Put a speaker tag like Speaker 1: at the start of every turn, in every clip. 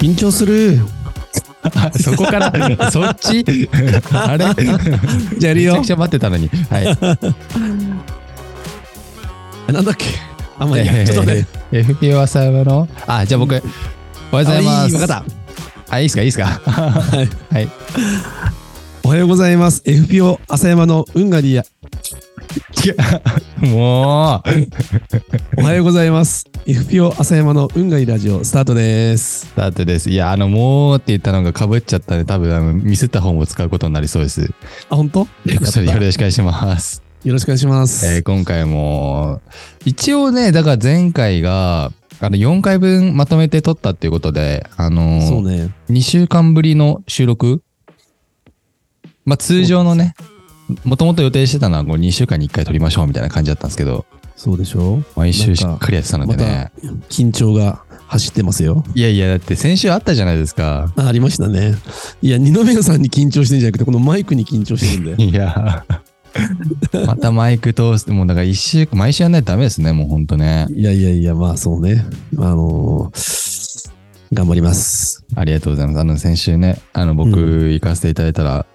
Speaker 1: 緊張する。そこからそっちあれ
Speaker 2: じゃあやる
Speaker 1: めちゃ
Speaker 2: よ
Speaker 1: くち。ゃ待ってたのに。はい。
Speaker 2: なんだっけあ、まあいいや、
Speaker 1: えー
Speaker 2: ちょっと待って。
Speaker 1: FP はさまの。あ、じゃあ僕、おはようございま
Speaker 2: あいい
Speaker 1: す。
Speaker 2: わかった。
Speaker 1: あ、いいっすか、いいっすか。はい。
Speaker 2: おはようございます。FPO 朝山の運がリーや。
Speaker 1: もう、ス
Speaker 2: おはようございます。FPO 朝山の運がいいラジオスタートです。
Speaker 1: タートです。いや、あの、もうって言ったのがかぶっちゃったんで、多分あのミスった方も使うことになりそうです。よ
Speaker 2: あ、本当？よ
Speaker 1: ろしくお願いします。
Speaker 2: ろしくお願いします。
Speaker 1: えー今回も、一応ね、だから前回が、あの、4回分まとめて撮ったっていうことで、あのー
Speaker 2: そうね。
Speaker 1: 2週間ぶりの収録まあ通常のねもともと予定してたのはこう2週間に1回撮りましょうみたいな感じだったんですけど
Speaker 2: そうでしょ
Speaker 1: 毎週し
Speaker 2: なん
Speaker 1: っ
Speaker 2: か
Speaker 1: かりやってたので
Speaker 2: ま
Speaker 1: ね
Speaker 2: 緊張が走ってますよ。
Speaker 1: いやいやだって先週あったじゃないですか。
Speaker 2: あありましたね。いや、二宮さんに緊張してんじゃなくて、このマイクに緊張してるんで
Speaker 1: いやまたマイク通してもうだから1週毎週やんないとダメですねもうほんとね
Speaker 2: いやいやいや、まあそうね。あのー頑張ります。
Speaker 1: ありがとうございますあの先週ねあの僕
Speaker 2: う
Speaker 1: 行かせていただいたら、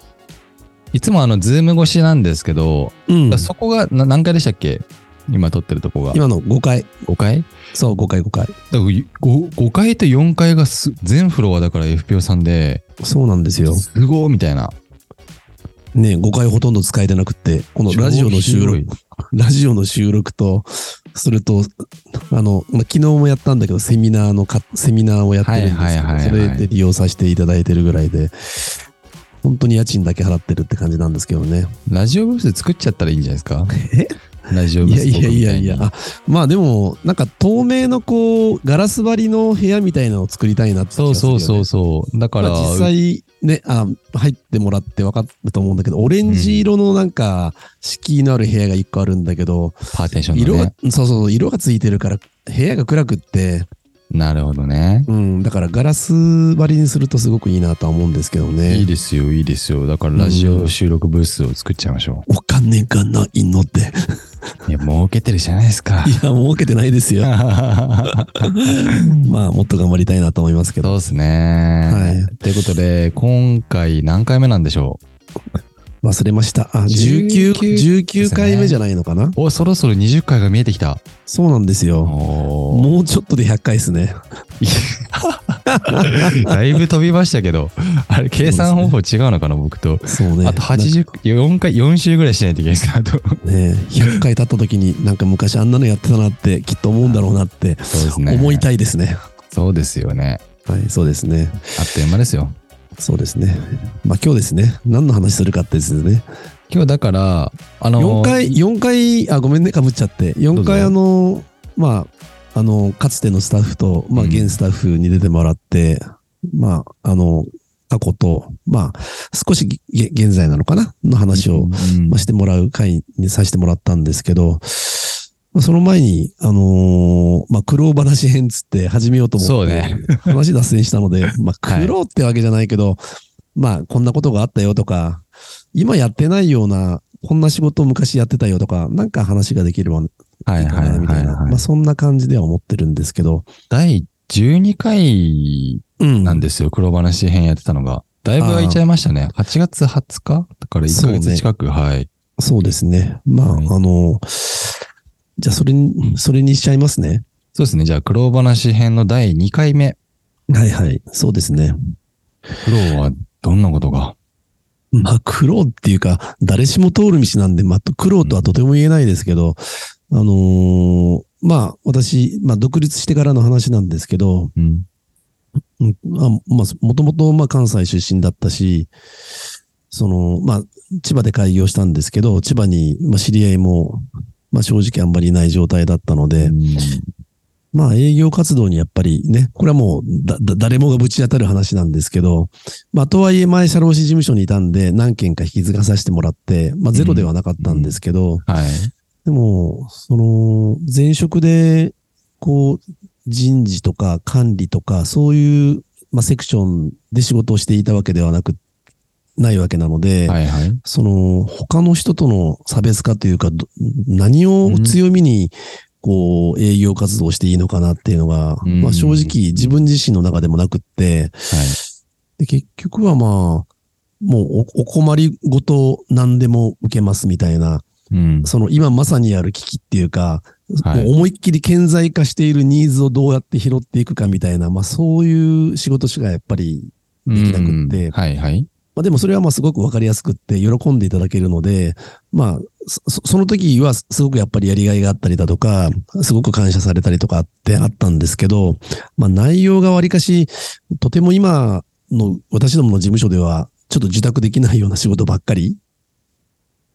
Speaker 1: いつもあのズーム越しなんですけど、
Speaker 2: うん
Speaker 1: だからそこがな何回でしたっけ今撮ってるとこが
Speaker 2: 今の5回。
Speaker 1: 5回
Speaker 2: そう、5回5回。
Speaker 1: だから 5, 5階と4階がす全フロアだから FPO さんで
Speaker 2: そうなんですよ。
Speaker 1: すごーみたいな
Speaker 2: ね、5回ほとんど使えてなくて、このラジオの収録、ラジオの収録と、それと、あの、まあ、昨日もやったんだけど、セミナーのか、セミナーをやってるんですけど、
Speaker 1: はいはいはいはい
Speaker 2: それで利用させていただいてるぐらいで、本当に家賃だけ払ってるって感じなんですけどね。
Speaker 1: ラジオブース作っちゃったらいいんじゃないですか
Speaker 2: え
Speaker 1: ラジオブ
Speaker 2: い
Speaker 1: ー
Speaker 2: や
Speaker 1: ス
Speaker 2: いやいやいや
Speaker 1: トークみたに、
Speaker 2: あまあでも、なんか透明のこう、ガラス張りの部屋みたいなのを作りたいなって気
Speaker 1: そ
Speaker 2: が
Speaker 1: う
Speaker 2: する
Speaker 1: そ
Speaker 2: よね
Speaker 1: うそうそうだから、
Speaker 2: まあ実際ね、あ入ってもらって分かると思うんだけど、オレンジ色のなんか、敷居のある部屋が一個あるんだけど、
Speaker 1: パーテーション
Speaker 2: 色が
Speaker 1: のね、
Speaker 2: そうそう、色がついてるから、部屋が暗くって、
Speaker 1: なるほどね
Speaker 2: うん、だからガラス張りにするとすごくいいなとは思うんですけどね。
Speaker 1: いいですよいいですよだからラジオ収録ブースを作っちゃいましょ
Speaker 2: お金がないので。
Speaker 1: う、いや儲けてるじゃないですか
Speaker 2: いや、儲けてないですよ。まあ、もっと頑張りたいなと思いますけ
Speaker 1: そ
Speaker 2: ど。
Speaker 1: うですね
Speaker 2: はい
Speaker 1: ということで今回何回目なんでしょう
Speaker 2: 忘れました。あ、19、
Speaker 1: 19
Speaker 2: 19回目じゃないのかな
Speaker 1: おそろそろ20回が見えてきた
Speaker 2: そうなんですよ。
Speaker 1: おー
Speaker 2: もうちょっとで100回ですね。
Speaker 1: だいぶ飛びましたけど、あれ、計算方法違うのかな、僕と。
Speaker 2: そうね。
Speaker 1: あと80、4回、4週ぐらいしないといけないですか、あと。
Speaker 2: ねえ、100回経った時になんか昔あんなのやってたなってきっと思うんだろうなって
Speaker 1: そうですね。
Speaker 2: 思いたいですね。
Speaker 1: そうですよね。
Speaker 2: はい、そうですね。
Speaker 1: あっという間ですよ。
Speaker 2: そうですね。まあ今日ですね、何の話するかってですね。
Speaker 1: 今日だから、あの
Speaker 2: 4回、四回、あ、ごめんね、かぶっちゃって。4回あの、まあ、あの、かつてのスタッフと、まあ
Speaker 1: うん
Speaker 2: 現スタッフに出てもらって、まあ、あの、過去と、まあ、少しげ現在なのかなの話を
Speaker 1: うん
Speaker 2: まあ、してもらう会にさせてもらったんですけど、まあ、その前に、あのーまあ、苦労話編つって始めようと思って、
Speaker 1: そうね
Speaker 2: 話脱線したの で、まあ、
Speaker 1: はい
Speaker 2: 苦労ってわけじゃないけど、まあ、こんなことがあったよとか、今やってないような、こんな仕事を昔やってたよとか、なんか話ができればいい
Speaker 1: はい
Speaker 2: か
Speaker 1: はい
Speaker 2: な、みた
Speaker 1: はいい
Speaker 2: な。
Speaker 1: は
Speaker 2: まあ、
Speaker 1: い。
Speaker 2: そんな感じでは思ってるんですけど、
Speaker 1: 第12回
Speaker 2: うん
Speaker 1: なんですよ、黒話編やってたのが。だいぶ空いちゃいましたね。8月20日だから1ヶ
Speaker 2: そう
Speaker 1: 月
Speaker 2: ね
Speaker 1: 近く、はい。
Speaker 2: そうですね。まあ、
Speaker 1: はい
Speaker 2: あのーじゃあ、それに、それにしちゃいますね。
Speaker 1: そうですね。じゃあ、苦労話編の第2回目。
Speaker 2: はいはい。そうですね。
Speaker 1: 苦労はどんなことが
Speaker 2: まあ、苦労っていうか、誰しも通る道なんで、まあ、苦労とはとても言えないですけど、あのーまあ、私、まあ、独立してからの話なんですけど、
Speaker 1: うん。
Speaker 2: うんまあ、まあもともと、まあ、関西出身だったし、その、まあ、千葉で開業したんですけど、千葉に、まあ、知り合いも、まあ、正直あんまりいない状態だったので、まあ営業活動にやっぱりね、これはもうだだ誰もがぶち当たる話なんですけど、まあとはいえ前社労士事務所にいたんで何件か引き継がさせてもらって、まあゼロではなかったんですけど、
Speaker 1: はい。
Speaker 2: でも、その前職でこう人事とか管理とかそういう、まあ、セクションで仕事をしていたわけではなく、ないわけなので、
Speaker 1: はいはい。
Speaker 2: その他の人との差別化というか、ど何を強みにこう、営業活動していいのかなっていうのが、
Speaker 1: うん
Speaker 2: まあ正直自分自身の中でもなくって、で結局はまあ、もうおお困りごと何でも受けますみたいな、
Speaker 1: うん。
Speaker 2: その今まさにある危機っていうか、
Speaker 1: は
Speaker 2: も
Speaker 1: い
Speaker 2: う思いっきり顕在化しているニーズをどうやって拾っていくかみたいな、まあそういう仕事しかやっぱり
Speaker 1: う
Speaker 2: できなくって
Speaker 1: んはいはい。
Speaker 2: まあ、でもそれはまあすごくわかりやすくって喜んでいただけるので、まあ、そその時はすごくやっぱりやりがいがあったりだとか、すごく感謝されたりとかってあったんですけど、まあ内容がわりかし、とても今の私どもの事務所ではちょっと受託できないような仕事ばっかり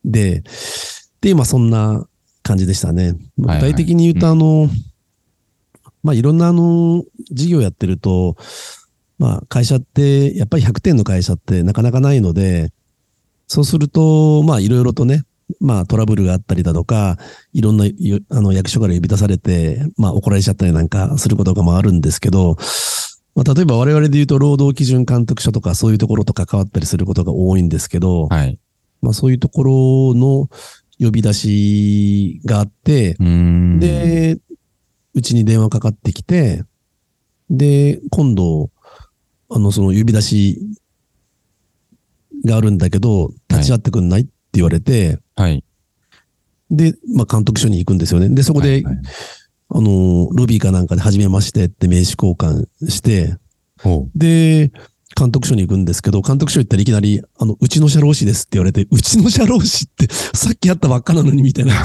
Speaker 2: で、で、まあそんな感じでしたね。具
Speaker 1: はいはい
Speaker 2: 体的に言うとあの、まあいろんなあの、事業やってると、まあ、会社って、やっぱり100点の会社ってなかなかないので、そうすると、まあ、いろいろとね、まあ、トラブルがあったりだとか、いろんなよあの役所から呼び出されて、まあ、怒られちゃったりなんかすることがまああるんですけど、まあ、例えば我々で言うと、労働基準監督署とか、そういうところと関わったりすることが多いんですけど、
Speaker 1: はい。
Speaker 2: まあ、そういうところの呼び出しがあって、
Speaker 1: うーん。、
Speaker 2: で、うちに電話かかってきて、で、今度、あの、その呼び出しがあるんだけど、立ち会ってくんないって言われて、
Speaker 1: はい。
Speaker 2: で、まあ、監督署に行くんですよね。で、そこで、
Speaker 1: はいはい
Speaker 2: あの、ロビーかなんかで、初めましてって名刺交換して、
Speaker 1: ほ う
Speaker 2: で、監督署に行くんですけど、監督署行ったらいきなり、あの、うちの社労士ですって言われて、うちの社労士って、 さっき会ったばっかなのにみたいな。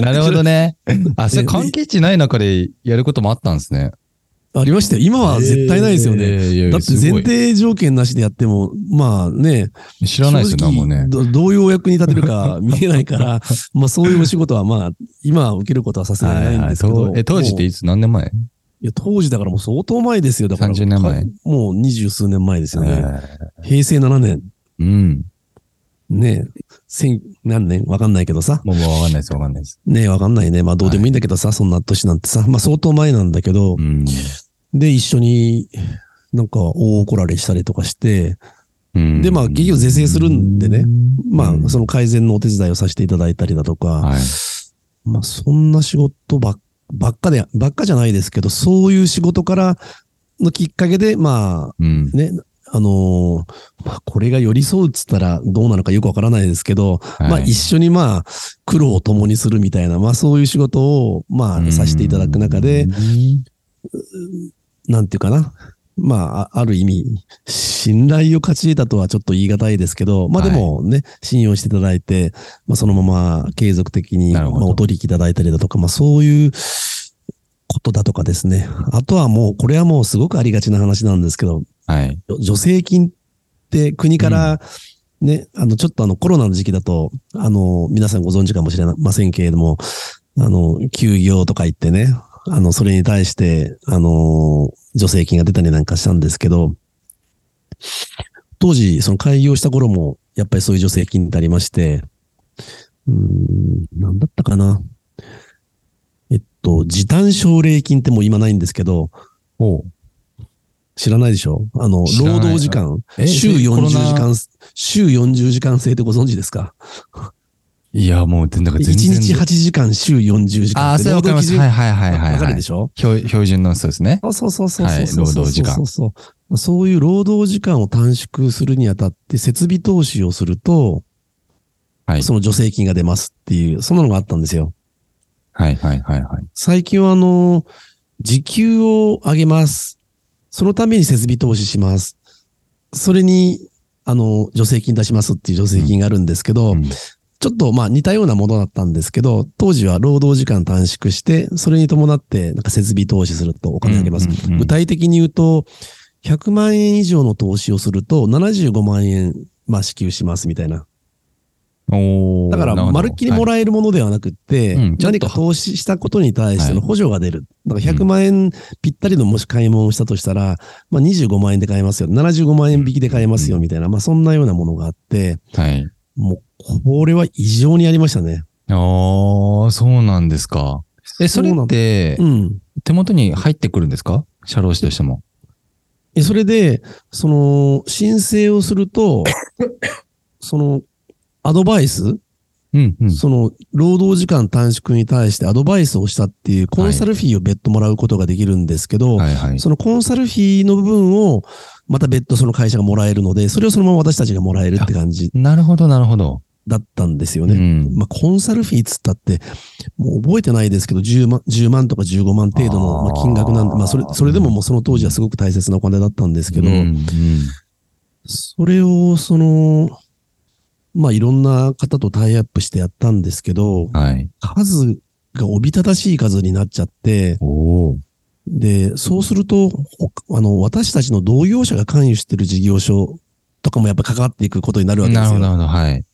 Speaker 1: なるほどね。あ、それ
Speaker 2: で
Speaker 1: 関係値ない中でやることもあったんですね。
Speaker 2: ありましたよ。今は絶対ないですよね。
Speaker 1: えーいやいや
Speaker 2: だって
Speaker 1: す
Speaker 2: 前
Speaker 1: ごい
Speaker 2: 提条件なしでやっても、まあね、
Speaker 1: 知らないですよ、
Speaker 2: 正
Speaker 1: 何
Speaker 2: 直
Speaker 1: もね。
Speaker 2: どどういうお役に立てるか見えないから、 まあそういうお仕事はまあ、今は受けることはさせないんですけ
Speaker 1: は
Speaker 2: ど
Speaker 1: い。え、当時って
Speaker 2: もう
Speaker 1: いつ何年前
Speaker 2: いや、当時だからもう相当前ですよ。だから。
Speaker 1: 30年前
Speaker 2: かもう二十数年前ですよね。
Speaker 1: えー
Speaker 2: 平成7年。
Speaker 1: うん。
Speaker 2: ね千、何年わかんないけどさ。
Speaker 1: もうもうわかんないです、わかんないです。
Speaker 2: ねわかんないね。まあどうでもいいんだけどさ、そんな年なんてさ。まあ相当前なんだけど、
Speaker 1: うん。
Speaker 2: で、一緒に、なんか大怒られしたりとかして、
Speaker 1: うん
Speaker 2: で、まあ、企業是正するんでね、ま
Speaker 1: うん
Speaker 2: あ、その改善のお手伝いをさせていただいたりだとか、
Speaker 1: はい。
Speaker 2: まあ、そんな仕事ばっばっかで、ばっかじゃないですけど、そういう仕事からのきっかけで、ま
Speaker 1: うん
Speaker 2: あ、。ね、あのーまあ、これが寄り添うっつったらどうなのかよくわからないですけど、
Speaker 1: はい
Speaker 2: まあ、一緒にまあ、苦労を共にするみたいな、まあ、そういう仕事を、まあ、させていただく中で
Speaker 1: う、ん
Speaker 2: なんていうかな。まあ、あある意味、信頼を勝ち得たとはちょっと言い難いですけど、まあでもね、信用していただいて、まあそのまま継続的に、
Speaker 1: な
Speaker 2: まあ
Speaker 1: るほど
Speaker 2: お取引いただいたりだとか、まあそういうことだとかですね。あとはもう、これはもうすごくありがちな話なんですけど、
Speaker 1: はい。
Speaker 2: 助助成金って国から、ね、あの、ちょっとあのコロナの時期だと、あの、皆さんご存知かもしれませんけれども、あの、休業とか言ってね、あの、それに対して、あの、助成金が出たりなんかしたんですけど、当時、その開業した頃も、やっぱりそういう助成金ってありまして、うーん、なんだったかな。えっと、時短奨励金ってもう今ないんですけど、
Speaker 1: おう
Speaker 2: 知らないでしょあの、
Speaker 1: 知らない
Speaker 2: 労働時間。
Speaker 1: え
Speaker 2: 週
Speaker 1: それコロ
Speaker 2: 40
Speaker 1: ナ
Speaker 2: 時間、週40時間制ってご存知ですか
Speaker 1: いや、もう、全然、
Speaker 2: ?1
Speaker 1: 全然
Speaker 2: 日8時間、週40時間。
Speaker 1: ああ、それわかります。はいはいはいはい。
Speaker 2: わかる
Speaker 1: は
Speaker 2: で
Speaker 1: い
Speaker 2: しょ
Speaker 1: 標標準のそうですね。
Speaker 2: あそうそうそう
Speaker 1: は
Speaker 2: そ
Speaker 1: いう
Speaker 2: そう。
Speaker 1: 労働時間
Speaker 2: そうそうそう。そういう労働時間を短縮するにあたって、設備投資をすると、
Speaker 1: はい。
Speaker 2: その助成金が出ますっていう、そんなのがあったんですよ。
Speaker 1: はいはいはいはい。
Speaker 2: 最近はあの、時給を上げます。そのために設備投資します。それに、あの、助成金出しますっていう助成金があるんですけど、
Speaker 1: うん
Speaker 2: ちょっとまあ似たようなものだったんですけど、当時は労働時間短縮して、それに伴ってなんか設備投資するとお金あげます。
Speaker 1: うんうんうん
Speaker 2: 具体的に言うと、100万円以上の投資をすると75万円、まあ支給しますみたいな。
Speaker 1: おー
Speaker 2: だから、
Speaker 1: なるほど
Speaker 2: まるっきりもらえるものではなくって、
Speaker 1: はいうんちょっ
Speaker 2: 何
Speaker 1: と
Speaker 2: か投資したことに対しての
Speaker 1: はい
Speaker 2: 補助が出る。だから100万円ぴったりのもし買い物をしたとしたら、まあ25万円で買えますよ。75万円引きで買えますよ、みたいな。まあそんなようなものがあって、
Speaker 1: はい。
Speaker 2: もう、これは異常にありましたね。
Speaker 1: ああ、そうなんですか。え、それ
Speaker 2: そうな
Speaker 1: っ
Speaker 2: ん
Speaker 1: て
Speaker 2: う、ん。
Speaker 1: 手元に入ってくるんですか社労士としても。
Speaker 2: えそれで、そ の、申請をすると、その、アドバイス
Speaker 1: ううんうん。
Speaker 2: その、労働時間短縮に対してアドバイスをしたっていうコンサルフィーを別途もらうことができるんですけど、
Speaker 1: はいはい。
Speaker 2: そのコンサルフィーの部分を、また別途その会社がもらえるので、それをそのまま私たちがもらえるって感じ
Speaker 1: なるほど、なるほど。
Speaker 2: だったんですよ
Speaker 1: う
Speaker 2: ね。
Speaker 1: ん。
Speaker 2: まあ、コンサルフィーっつったって、もう覚えてないですけど、10万、10万とか15万程度の
Speaker 1: あー
Speaker 2: まあ金額なんで、まあ、それ、それでももうその当時はすごく大切なお金だったんですけど、
Speaker 1: うんうん
Speaker 2: それを、その、まあ、いろんな方とタイアップしてやったんですけど、
Speaker 1: はい。
Speaker 2: 数がおびただしい数になっちゃって、
Speaker 1: おお。
Speaker 2: で、そうすると、ほあの、私たちの同業者が関与してる事業所とかもやっぱ関わっていくことになるわけで
Speaker 1: なる
Speaker 2: す
Speaker 1: ほど、なる
Speaker 2: よ。
Speaker 1: ほど。はい。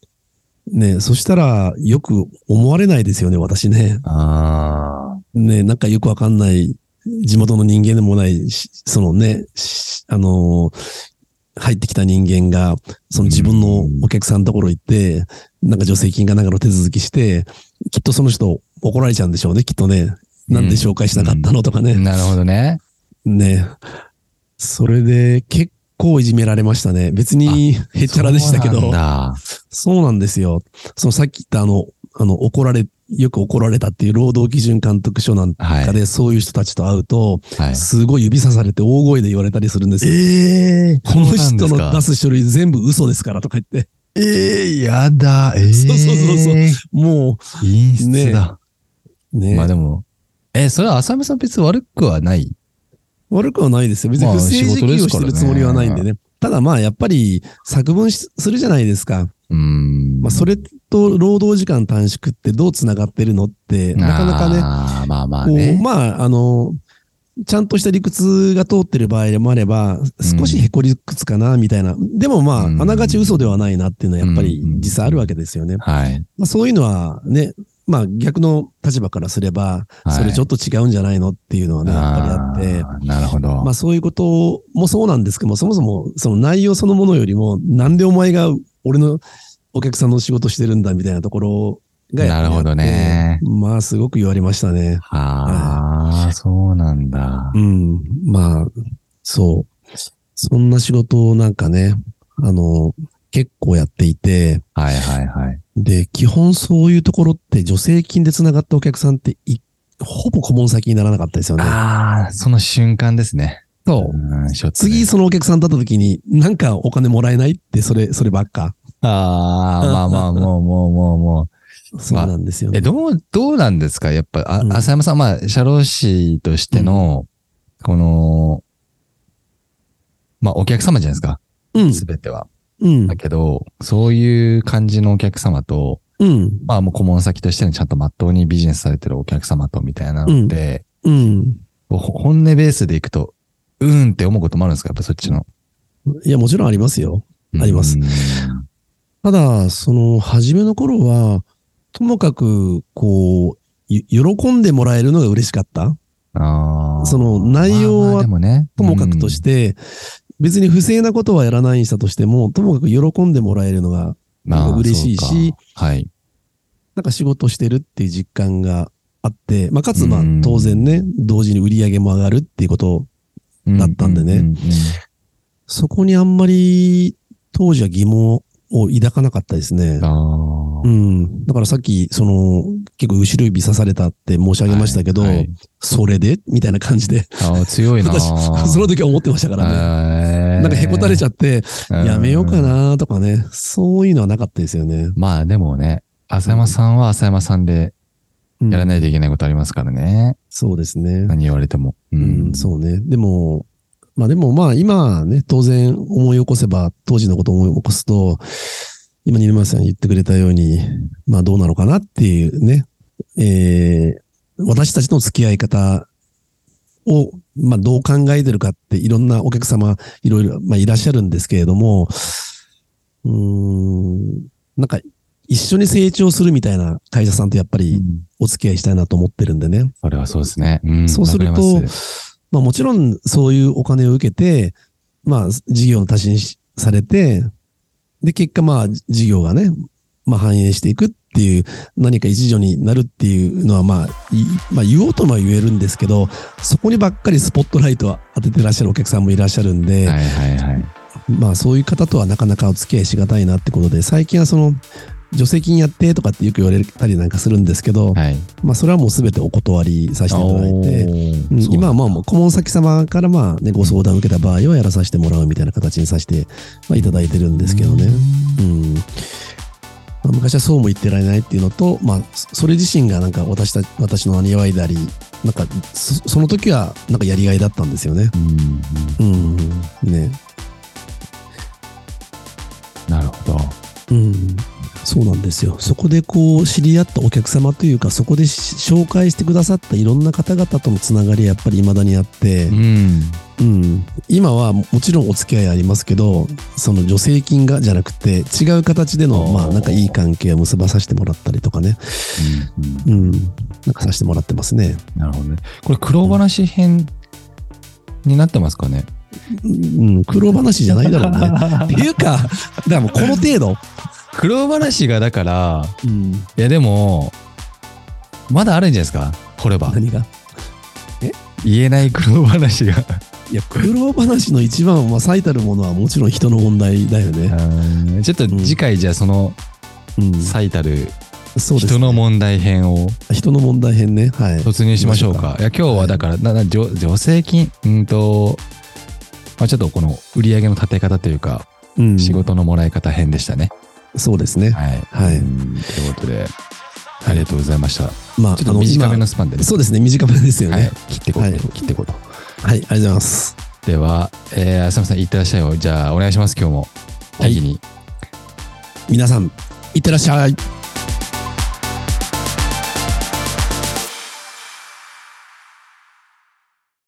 Speaker 2: ね、そしたら、よく思われないですよね、私ね。
Speaker 1: あ
Speaker 2: ね、なんかよくわかんない、地元の人間でもないし、そのね、しあのー入ってきた人間が、その自分のお客さんのところ行って、なんか助成金がなんかの手続きして、きっとその人怒られちゃうんでしょうね、きっとね。なんで紹介しなかったのとか
Speaker 1: あ。
Speaker 2: ね。
Speaker 1: なるほどね。
Speaker 2: ね。それで結構いじめられましたね。別にへっちゃらでしたけど。
Speaker 1: そうなんだ。
Speaker 2: そうなんですよ。そのさっき言ったあの、あの、怒られ、よく怒られたっていう労働基準監督署なん
Speaker 1: はい
Speaker 2: か。で、そういう人たちと会うと、
Speaker 1: はい。
Speaker 2: すごい指さされて大声で言われたりするんですよ。
Speaker 1: ええ
Speaker 2: この人の出
Speaker 1: す。
Speaker 2: す書類全部嘘ですからとか言って、
Speaker 1: ええや だ。ええ
Speaker 2: そうそうそうそう
Speaker 1: う。
Speaker 2: も
Speaker 1: 陰湿だ。
Speaker 2: う、ね、
Speaker 1: まあでも、え、それは浅見さん別に悪くはない。
Speaker 2: 悪くはないですよ。別に
Speaker 1: まあ
Speaker 2: 不正受給をしてるつもりはないんでね。ただまあ、やっぱり作文しするじゃないですか。
Speaker 1: うーん。
Speaker 2: まあ、それと労働時間短縮ってどうつながってるのって、なかなかね、
Speaker 1: あーまあまあ
Speaker 2: こう
Speaker 1: ね。
Speaker 2: まあ、あの、ちゃんとした理屈が通ってる場合もあれば、少しへこりくつかな、みたいな。でもまあ、あ
Speaker 1: うん
Speaker 2: ながち嘘ではないなっていうのはやっぱり
Speaker 1: うん
Speaker 2: 実際あるわけですよね。
Speaker 1: はい。
Speaker 2: まあ、そういうのはね、まあ逆の立場からすれば、
Speaker 1: はい
Speaker 2: それちょっと違うんじゃないのっていうのはね、やっぱりあって。
Speaker 1: あーなるほど。
Speaker 2: まあそういうこともそうなんですけども、そもそもその内容そのものよりも、なんでお前が俺のお客さんの仕事してるんだみたいなところがやっぱりあって
Speaker 1: なるほどね
Speaker 2: まあすごく言われましたね。
Speaker 1: ああ、そうなんだ
Speaker 2: う。ん。まあ、そう。そんな仕事をなんかね、あの、結構やっていて、
Speaker 1: はいはいはい。
Speaker 2: で、基本そういうところって助成金で繋がったお客さんってい、ほぼ顧問先にならなかったですよね。
Speaker 1: ああ、その瞬間ですね。
Speaker 2: そ
Speaker 1: うんちょっとね
Speaker 2: 次、そのお客さんだった時に、なんかお金もらえないって、それ、そればっか。
Speaker 1: ああ、まあまあ、もうもうもうも
Speaker 2: そうなんですよ
Speaker 1: う。
Speaker 2: ね。
Speaker 1: え、どう、どうなんですかやっぱ、あ
Speaker 2: うん
Speaker 1: 浅山さん、まあ、社労士としての、この、まあ、お客様じゃないですか。
Speaker 2: うん
Speaker 1: すべては。
Speaker 2: うん
Speaker 1: だ。けど、そういう感じのお客様と、
Speaker 2: うん。
Speaker 1: まあもう顧問先としてのちゃんとまっとうにビジネスされてるお客様とみたいなので、
Speaker 2: うん。
Speaker 1: ほ本音ベースでいくと、うーんって思うこともあるんですかやっぱそっちの。
Speaker 2: いや、もちろんありますよ。あります
Speaker 1: うん。
Speaker 2: ただ、その、初めの頃は、ともかく、こう、ゆ喜んでもらえるのが嬉しかった。
Speaker 1: ああ。
Speaker 2: その内容は
Speaker 1: まあまあでもね、、
Speaker 2: ともかくとしてて、別に不正なことはやらないにしたとしても、ともかく喜んでもらえるのが、
Speaker 1: まあ
Speaker 2: 嬉しいし、
Speaker 1: そうかはい。
Speaker 2: なんか仕事してるっていう実感があって、まあ、かつ、まあ
Speaker 1: うん、
Speaker 2: 当然ね、同時に売り上げも上がるっていうこと、だったんでね
Speaker 1: うう
Speaker 2: そこにあんまり、当時は疑問を抱かなかったですね
Speaker 1: うん。ああ。
Speaker 2: うん。だからさっき、その、結構後ろ指さされたって申し上げましたけど、
Speaker 1: はいはい
Speaker 2: それでみたいな感じで、
Speaker 1: ああ、強いな。
Speaker 2: 私、 その時は思ってましたからね。
Speaker 1: ね
Speaker 2: なんかへこたれちゃって、
Speaker 1: ゃ
Speaker 2: やめようか
Speaker 1: な
Speaker 2: なとかね、そういうのはなかったですよね。
Speaker 1: まあでもね、浅山さんは浅山さんで
Speaker 2: うん
Speaker 1: やらないといけないことありますからね。
Speaker 2: そうですね。
Speaker 1: 何言われても。う
Speaker 2: うん、そうね。でも、まあでもまあ今ね、当然思い起こせば、当時のことを思い起こすと、今に沼さんが言ってくれたように、まあどうなのかなっていうね、えー、私たちの付き合い方を、まあどう考えてるかっていろんなお客様、いろいろ、まあいらっしゃるんですけれども、うーん、なんか一緒に成長するみたいな会社さんとやっぱりお付き合いしたいなと思ってるんでね。
Speaker 1: それはそうですね。ん
Speaker 2: そうすると
Speaker 1: わかります
Speaker 2: まあもちろんそういうお金を受けて、まあ事業の足しにしされて、で結果まあじ事業がね、まあ反映していくっていう何か一助になるっていうのはまあ、いまあ言おうとも言えるんですけど、そこにばっかりスポットライトを当ててらっしゃるお客さんもいらっしゃるんで、
Speaker 1: はいはいはい。
Speaker 2: まあそういう方とはなかなかお付き合いしがたいなってことで、最近はその助成金やってとかってよく言われたりなんかするんですけど、
Speaker 1: はい。
Speaker 2: まあ、それはもうすべてお断りさせていただいて、うん
Speaker 1: そう
Speaker 2: 今はまあもう顧問先様からまあ、ね、ご相談を受けた場合はやらさせてもらうみたいな形にさせてまあいただいてるんですけどね。うんまあ昔はそうも言ってられないっていうのと、まあ、そそれ自身がなんか私た私のにわいだりなんかそその時はなんかやりがいだったんですよね。
Speaker 1: うんうん
Speaker 2: うんね
Speaker 1: なるほど。
Speaker 2: うん、そうなんですよ。そこでこう知り合ったお客様というか、そこでし紹介してくださったいろんな方々とのつながりはやっぱり未だにあって、
Speaker 1: うん。
Speaker 2: うん、今はもちろんお付き合いありますけど、その助成金がじゃなくて、違う形での、
Speaker 1: おー
Speaker 2: まあなんかいい関係を結ばさせてもらったりとかね、
Speaker 1: うんうん
Speaker 2: うん、なんかさせてもらってますね。
Speaker 1: なるほどね。これ、苦労話編になってますかね。
Speaker 2: うん、苦労話じゃないだろうね。 っていうか、だからもうこの程度、
Speaker 1: 苦労話がだから、
Speaker 2: うん、
Speaker 1: いやでも、まだあるんじゃないですか掘れば。
Speaker 2: 何が
Speaker 1: 言えない苦労話が。
Speaker 2: いや、苦労話の一番、まあ、最たるものはもちろん人の問題だよね。
Speaker 1: ちょっと次回じゃあその
Speaker 2: うん、
Speaker 1: 最たる
Speaker 2: そうです
Speaker 1: 人の問題編を
Speaker 2: 人の問題編ね。はい。
Speaker 1: 突入しましょうか。いや今日はだから、なな助助成金、うんと、まあ、ちょっとこの売り上げの立て方というか、
Speaker 2: うん、
Speaker 1: 仕事のもらい方編でしたね。
Speaker 2: そうですね。
Speaker 1: はい。
Speaker 2: はい
Speaker 1: うんということで、ありがとうございました。
Speaker 2: まあ、
Speaker 1: ちょ
Speaker 2: あ
Speaker 1: っと
Speaker 2: の
Speaker 1: 短めのスパンで
Speaker 2: 今
Speaker 1: ね
Speaker 2: そうですね。短めですよ
Speaker 1: はい
Speaker 2: ね。、
Speaker 1: 切っていこうと、
Speaker 2: はい
Speaker 1: 切っていこうと。
Speaker 2: はい、ありがとうございます。
Speaker 1: では、えー、浅見さん、いってらっしゃいよ。じゃあ、お願いします、今日も。
Speaker 2: はい
Speaker 1: 大事に。
Speaker 2: 皆さん、いってらっしゃい。